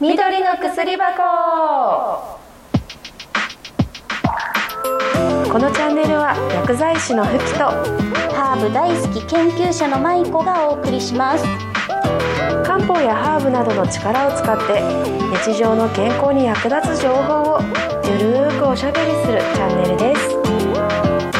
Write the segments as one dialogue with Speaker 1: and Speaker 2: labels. Speaker 1: 緑の薬箱
Speaker 2: このチャンネルは薬剤師のふきと
Speaker 3: ハーブ大好き研究者の舞子がお送りします
Speaker 2: 漢方やハーブなどの力を使って日常の健康に役立つ情報をゆるーくおしゃべりするチャンネルです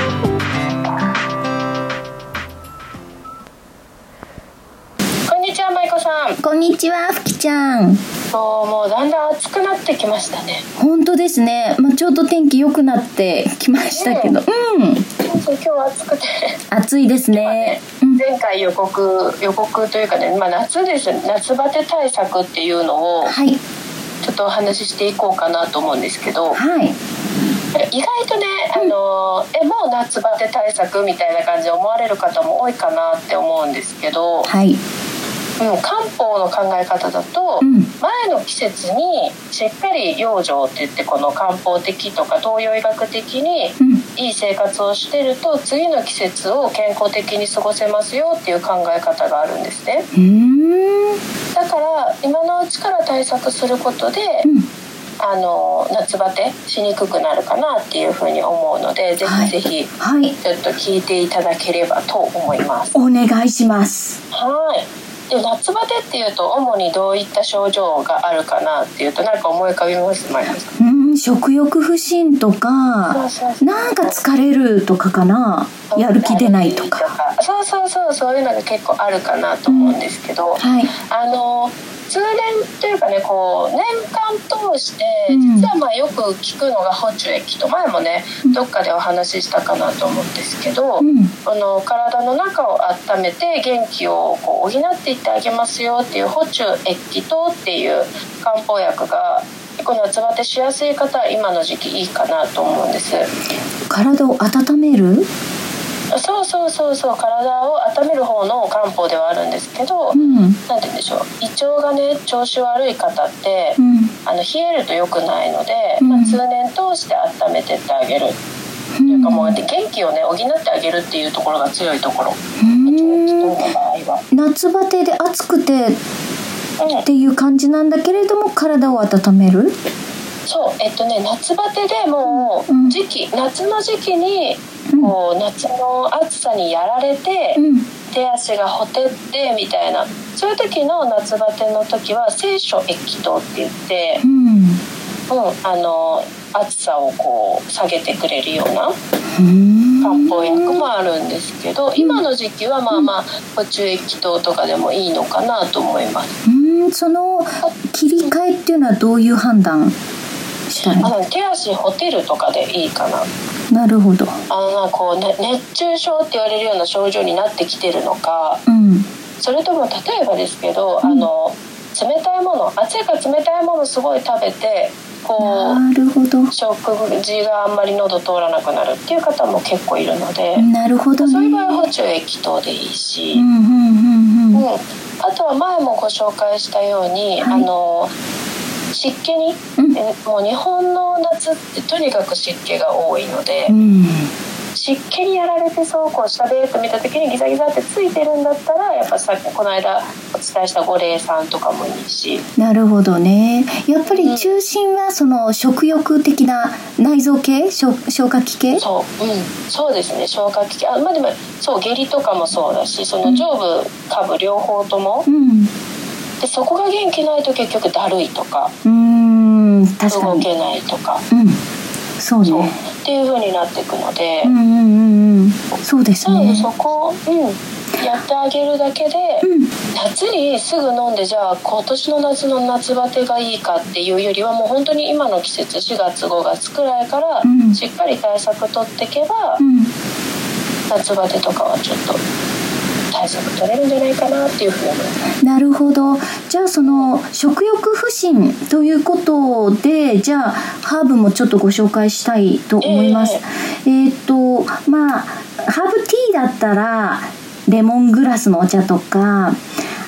Speaker 4: こんにちは、まいこさん。
Speaker 3: こんにちはふきちゃん
Speaker 4: もう、もうだんだん暑くなってきましたね。
Speaker 3: 本当ですね、まあ、ちょうど天気良くなってきましたけどうん
Speaker 4: そう今日は暑くて、
Speaker 3: 暑いですね
Speaker 4: 前回予告、予告というかね、まあ、夏です。夏バテ対策っていうのを、
Speaker 3: はい
Speaker 4: ちょっとお話ししていこうかなと思うんですけど。
Speaker 3: はい
Speaker 4: 意外とね、あの、え、もう夏バテ対策みたいな感じで思われる方も多いかなって思うんですけど。
Speaker 3: はい
Speaker 4: うん、漢方の考え方だと、
Speaker 3: うん
Speaker 4: 前の季節にしっかり養生って言ってこの漢方的とか東洋医学的に
Speaker 3: うん
Speaker 4: いい生活をしてると次の季節を健康的に過ごせますよっていう考え方があるんですね
Speaker 3: うーん
Speaker 4: だから今のうちから対策することで、
Speaker 3: うん
Speaker 4: あの夏バテしにくくなるかなっていうふうに思うのでぜ
Speaker 3: はい
Speaker 4: ひぜひ
Speaker 3: はい
Speaker 4: ちょっと聞いていただければと思います
Speaker 3: お願いします
Speaker 4: はい。で夏バテっていうと主にどういった症状があるかなっていうとなんか思い浮かびますマリコさん
Speaker 3: うーん食欲不振とか
Speaker 4: そうそうそう
Speaker 3: なんか疲れるとかかなやる気出ないとか
Speaker 4: そうそうそうそういうのが結構あるかなと思うんですけど、
Speaker 3: はい
Speaker 4: あの通年というかねこう年間通して
Speaker 3: うん
Speaker 4: 実はまあよく聞くのが補充液と前もねどっかでお話ししたかなと思うんですけど、
Speaker 3: うん
Speaker 4: あの体の中を温めて元気をこう補っていってあげますよっていう補充液糖っていう漢方薬が結構夏バテしやすい方は今の時期いいかなと思うんです
Speaker 3: 体を温める
Speaker 4: そうそうそうそう体を温める方の漢方ではあるんですけど
Speaker 3: うん
Speaker 4: 何て言うんでしょう胃腸がね調子悪い方って
Speaker 3: うん
Speaker 4: あの冷えると良くないので、
Speaker 3: うん
Speaker 4: まあ、通年通して温めてってあげる
Speaker 3: う
Speaker 4: とい
Speaker 3: ん
Speaker 4: うかもうで元気をね補ってあげるっていうところが強いところ
Speaker 3: う
Speaker 4: 補充液糖の
Speaker 3: ーん
Speaker 4: 場合は。
Speaker 3: 夏バテで暑くて
Speaker 4: うん
Speaker 3: っていう感じなんだけれども体を温める
Speaker 4: そうえっとね夏バテでも
Speaker 3: うんうん
Speaker 4: う時期、夏の時期に
Speaker 3: うん
Speaker 4: こう夏の暑さにやられて
Speaker 3: うん
Speaker 4: 手足がほてってみたいなそういう時の夏バテの時は清暑液糖って言って
Speaker 3: う、ん
Speaker 4: うん、あの暑さをこう下げてくれるような漢方薬もあるんですけど今の時期はまあまあ補充液糖とかでもいいのかなと思います。
Speaker 3: うんその切り替えっていうのはどういう判断した
Speaker 4: あ
Speaker 3: らい
Speaker 4: の手足ほてるとかでいいかな。
Speaker 3: いなるほど
Speaker 4: あのなんかこう、ね、熱中症って言われるような症状になってきてるのか
Speaker 3: うん
Speaker 4: それとも例えばですけど、あの冷たいもの暑いから冷たいものすごい食べてこう
Speaker 3: なるほど
Speaker 4: 食事があんまり喉通らなくなるっていう方も結構いるので、
Speaker 3: なるほどね
Speaker 4: そういう場合は補充液糖でいいし、うん
Speaker 3: うんうんうんうん
Speaker 4: あとは前もご紹介したように、
Speaker 3: はい
Speaker 4: あの湿気に、
Speaker 3: うん
Speaker 4: えもう日本の夏ってとにかく湿気が多いので。
Speaker 3: うん
Speaker 4: 湿気にやられてそうこう下ベーと見た時にギザギザってついてるんだったらやっぱさっきこの間お伝えした五苓さんとかもいいし
Speaker 3: なるほどねやっぱり中心はその食欲的な内臓系消消化器系
Speaker 4: そう、うん、そうですね消化器系あまあでもそう下痢とかもそうだしその上部下部両方とも
Speaker 3: うん
Speaker 4: でそこが元気ないと結局だるいとか
Speaker 3: うん確か
Speaker 4: 動
Speaker 3: に
Speaker 4: けないとか
Speaker 3: うんそう
Speaker 4: そう
Speaker 3: ね
Speaker 4: っていう風になっていくので
Speaker 3: うんうんうんうんそうです
Speaker 4: なので
Speaker 3: ね
Speaker 4: そこを、うん、やってあげるだけで。
Speaker 3: うん
Speaker 4: 夏にすぐ飲んでじゃあ今年の夏の夏バテがいいかっていうよりはもう本当に今の季節4月5月くらいから
Speaker 3: うん
Speaker 4: しっかり対策取っていけば
Speaker 3: うん
Speaker 4: 夏バテとかはちょっと対策取れるんじゃないかなっていうふうに思います
Speaker 3: なるほどじゃあその食欲不振ということでじゃあハーブもちょっとご紹介したいと思います、えーっとまあハーブティーだったらレモングラスのお茶とか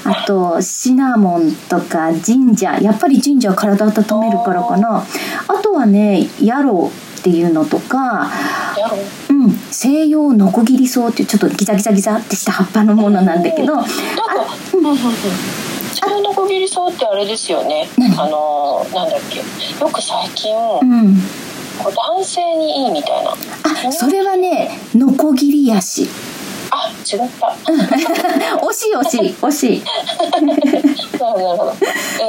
Speaker 3: あとシナモンとかジンジャーやっぱりジンジャー体温めるからかなあとはねヤローっていうのとか
Speaker 4: やろう
Speaker 3: うん、西洋ノコギリソウっていうちょっとギザギザギザってした葉っぱのものなんだけど、
Speaker 4: なんか
Speaker 3: うん
Speaker 4: うんうんうん自分のこぎりそうってあれですよね
Speaker 3: 何
Speaker 4: あのーなんだっけよく最近、
Speaker 3: うん
Speaker 4: こう男性にいいみたいな
Speaker 3: あそれはねノコギリヤ シ
Speaker 4: あ違った
Speaker 3: 惜しい惜しい惜しい
Speaker 4: なるほどなるほど、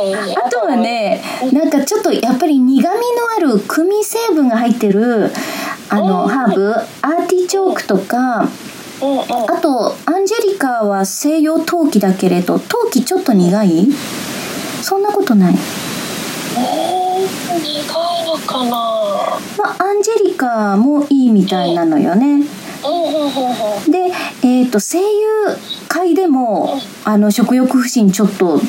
Speaker 4: えー
Speaker 3: あとはねなんかちょっとやっぱり苦味のあるクミ成分が入ってるあの
Speaker 4: うん
Speaker 3: ハーブアーティチョークとか
Speaker 4: うんうん
Speaker 3: あとアンジェリカは西洋陶器だけれど陶器ちょっと苦いそんなことない、
Speaker 4: えー苦いのかな
Speaker 3: まあ、アンジェリカもいいみたいなのよね
Speaker 4: うんうんうんうん
Speaker 3: で、えー、と声優界でもあの食欲不振ちょっと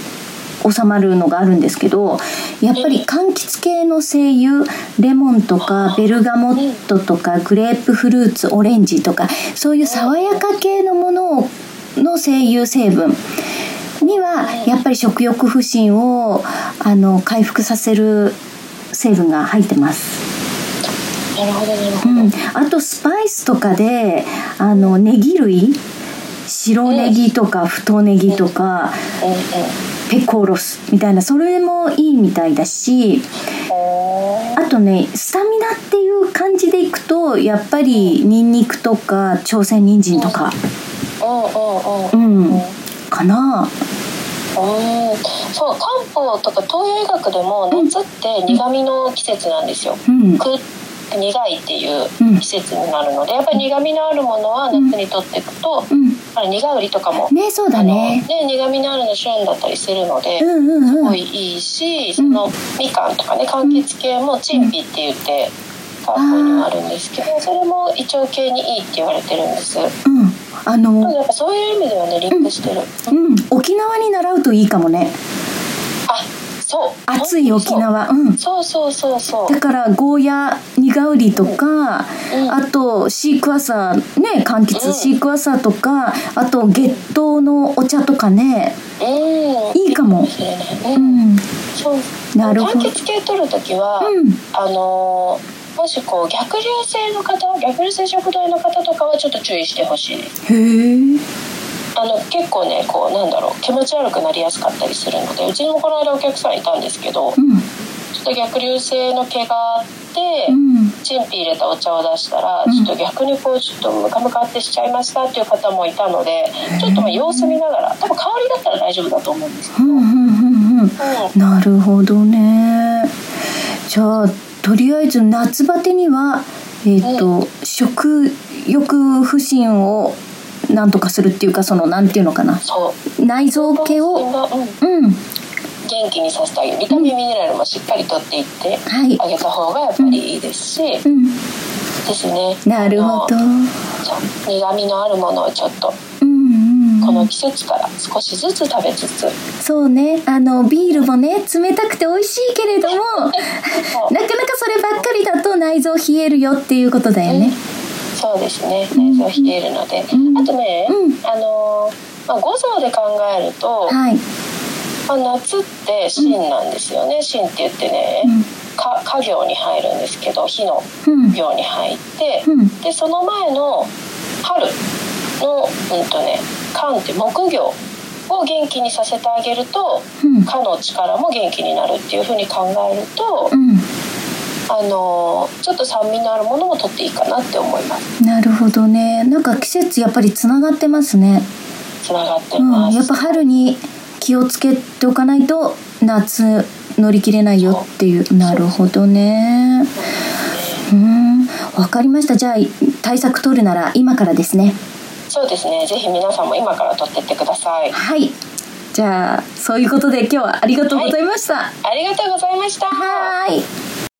Speaker 3: 収まるのがあるんですけどやっぱり柑橘系の声優レモンとかベルガモットとかグレープフルーツオレンジとかそういう爽やか系のものをの声優成分にはやっぱり食欲不振をあの回復させる成分が入ってます。
Speaker 4: なるほどなるほ
Speaker 3: う
Speaker 4: ど、
Speaker 3: ん、あとスパイスとかであのネギ類白ネギとか太ネギとか
Speaker 4: うんうん
Speaker 3: ペコロスみたいなそれもいいみたいだし
Speaker 4: おー
Speaker 3: あとねスタミナっていう感じでいくとやっぱりニンニクとか朝鮮人参とか
Speaker 4: うん
Speaker 3: う
Speaker 4: うんうん
Speaker 3: ん
Speaker 4: うん
Speaker 3: かな
Speaker 4: そう漢方とか東洋医学でも夏って苦味の季節なんですよ、
Speaker 3: うん
Speaker 4: く苦いっていう季節になるので、やっぱり苦味のあるものは夏にとっていくと、
Speaker 3: うん
Speaker 4: あの苦うりとかも、
Speaker 3: ねそうだね
Speaker 4: あのね苦味のあるの旬だったりするので、
Speaker 3: うんうん
Speaker 4: す
Speaker 3: う
Speaker 4: ご
Speaker 3: ん
Speaker 4: いいいし、そのみかんとかね柑橘系もチンピって言って漢方にはあるんですけどそれも胃腸系にいいって言われてるんですな
Speaker 3: うんあ
Speaker 4: ので
Speaker 3: の
Speaker 4: やっぱそういう意味ではねリンクしてる、
Speaker 3: うん沖縄に習うといいかもね
Speaker 4: あそう
Speaker 3: 暑い沖縄うん
Speaker 4: そうそうそうそう
Speaker 3: だからゴーヤニガウリとか、
Speaker 4: うん
Speaker 3: あとシークワーサーね柑橘、
Speaker 4: うん
Speaker 3: シークワーサーとかあと月桃のお茶とかね
Speaker 4: うん
Speaker 3: いいかも
Speaker 4: しれないね
Speaker 3: うん
Speaker 4: そう
Speaker 3: なるほど
Speaker 4: 柑橘系取るときは、
Speaker 3: うん
Speaker 4: あのーもしこう逆流性の方逆流性食道炎の方とかはちょっと注意してほしい
Speaker 3: へえ
Speaker 4: あの結構ねこうなんだろう気持ち悪くなりやすかったりするのでうちにもこの間お客さんいたんですけどちょ
Speaker 3: うん
Speaker 4: っと逆流性の毛があって、
Speaker 3: うん
Speaker 4: チンピ入れたお茶を出したら、ちょっと逆にこうちょっとムカムカってしちゃいましたっていう方もいたのでちょっとまあ様子見ながら多分香りだったら大丈夫だと思うんですけ
Speaker 3: うんうんうんうん
Speaker 4: ど、
Speaker 3: なるほどねじゃあとりあえず夏バテにはえっ、と、食欲不振をなんとかするっていうかそのなんていうのかな
Speaker 4: そう
Speaker 3: 内臓系
Speaker 4: 自分
Speaker 3: を
Speaker 4: がうん
Speaker 3: うん
Speaker 4: 元気にさせてあげるビタミンミネラルもしっかりとっていって
Speaker 3: はい
Speaker 4: あげた方がやっぱりいいですし、
Speaker 3: うん
Speaker 4: ですね
Speaker 3: なるほど
Speaker 4: あのそう苦味のあるものをちょっと
Speaker 3: うんうん
Speaker 4: この季節から少しずつ食べつつ、
Speaker 3: そうねあのビールもね冷たくて美味しいけ れども
Speaker 4: う
Speaker 3: なかなかそればっかりだと内臓冷えるよっていうことだよね
Speaker 4: そうですね内臓冷えるので、
Speaker 3: うん
Speaker 4: あとね、
Speaker 3: うん
Speaker 4: あのーまあ、五臓で考えると、
Speaker 3: はい、
Speaker 4: まあ、夏って心なんですよね心って言ってね、か家業に入るんですけど火の
Speaker 3: うんうん
Speaker 4: 行に入って、
Speaker 3: うん
Speaker 4: でその前の春のうんとね寒って木行を元気にさせてあげると
Speaker 3: うん
Speaker 4: かの力も元気になるっていうふうに考えると、
Speaker 3: う
Speaker 4: あのーちょっと酸味のあるものも取っていいかなって思います
Speaker 3: んなるほどねなんか季節やっぱりつながってますね、
Speaker 4: つながって
Speaker 3: う
Speaker 4: ま
Speaker 3: ん、
Speaker 4: す、
Speaker 3: やっぱ春に気をつけておかないと夏乗り切れないよっていうなるほどねうんわかりましたじゃあ対策取るなら今からですね
Speaker 4: そうですねぜひ皆さんも今から取ってってください
Speaker 3: はいじゃあそういうことで今日はありがとうございました、
Speaker 4: ありがとうございました
Speaker 3: はーい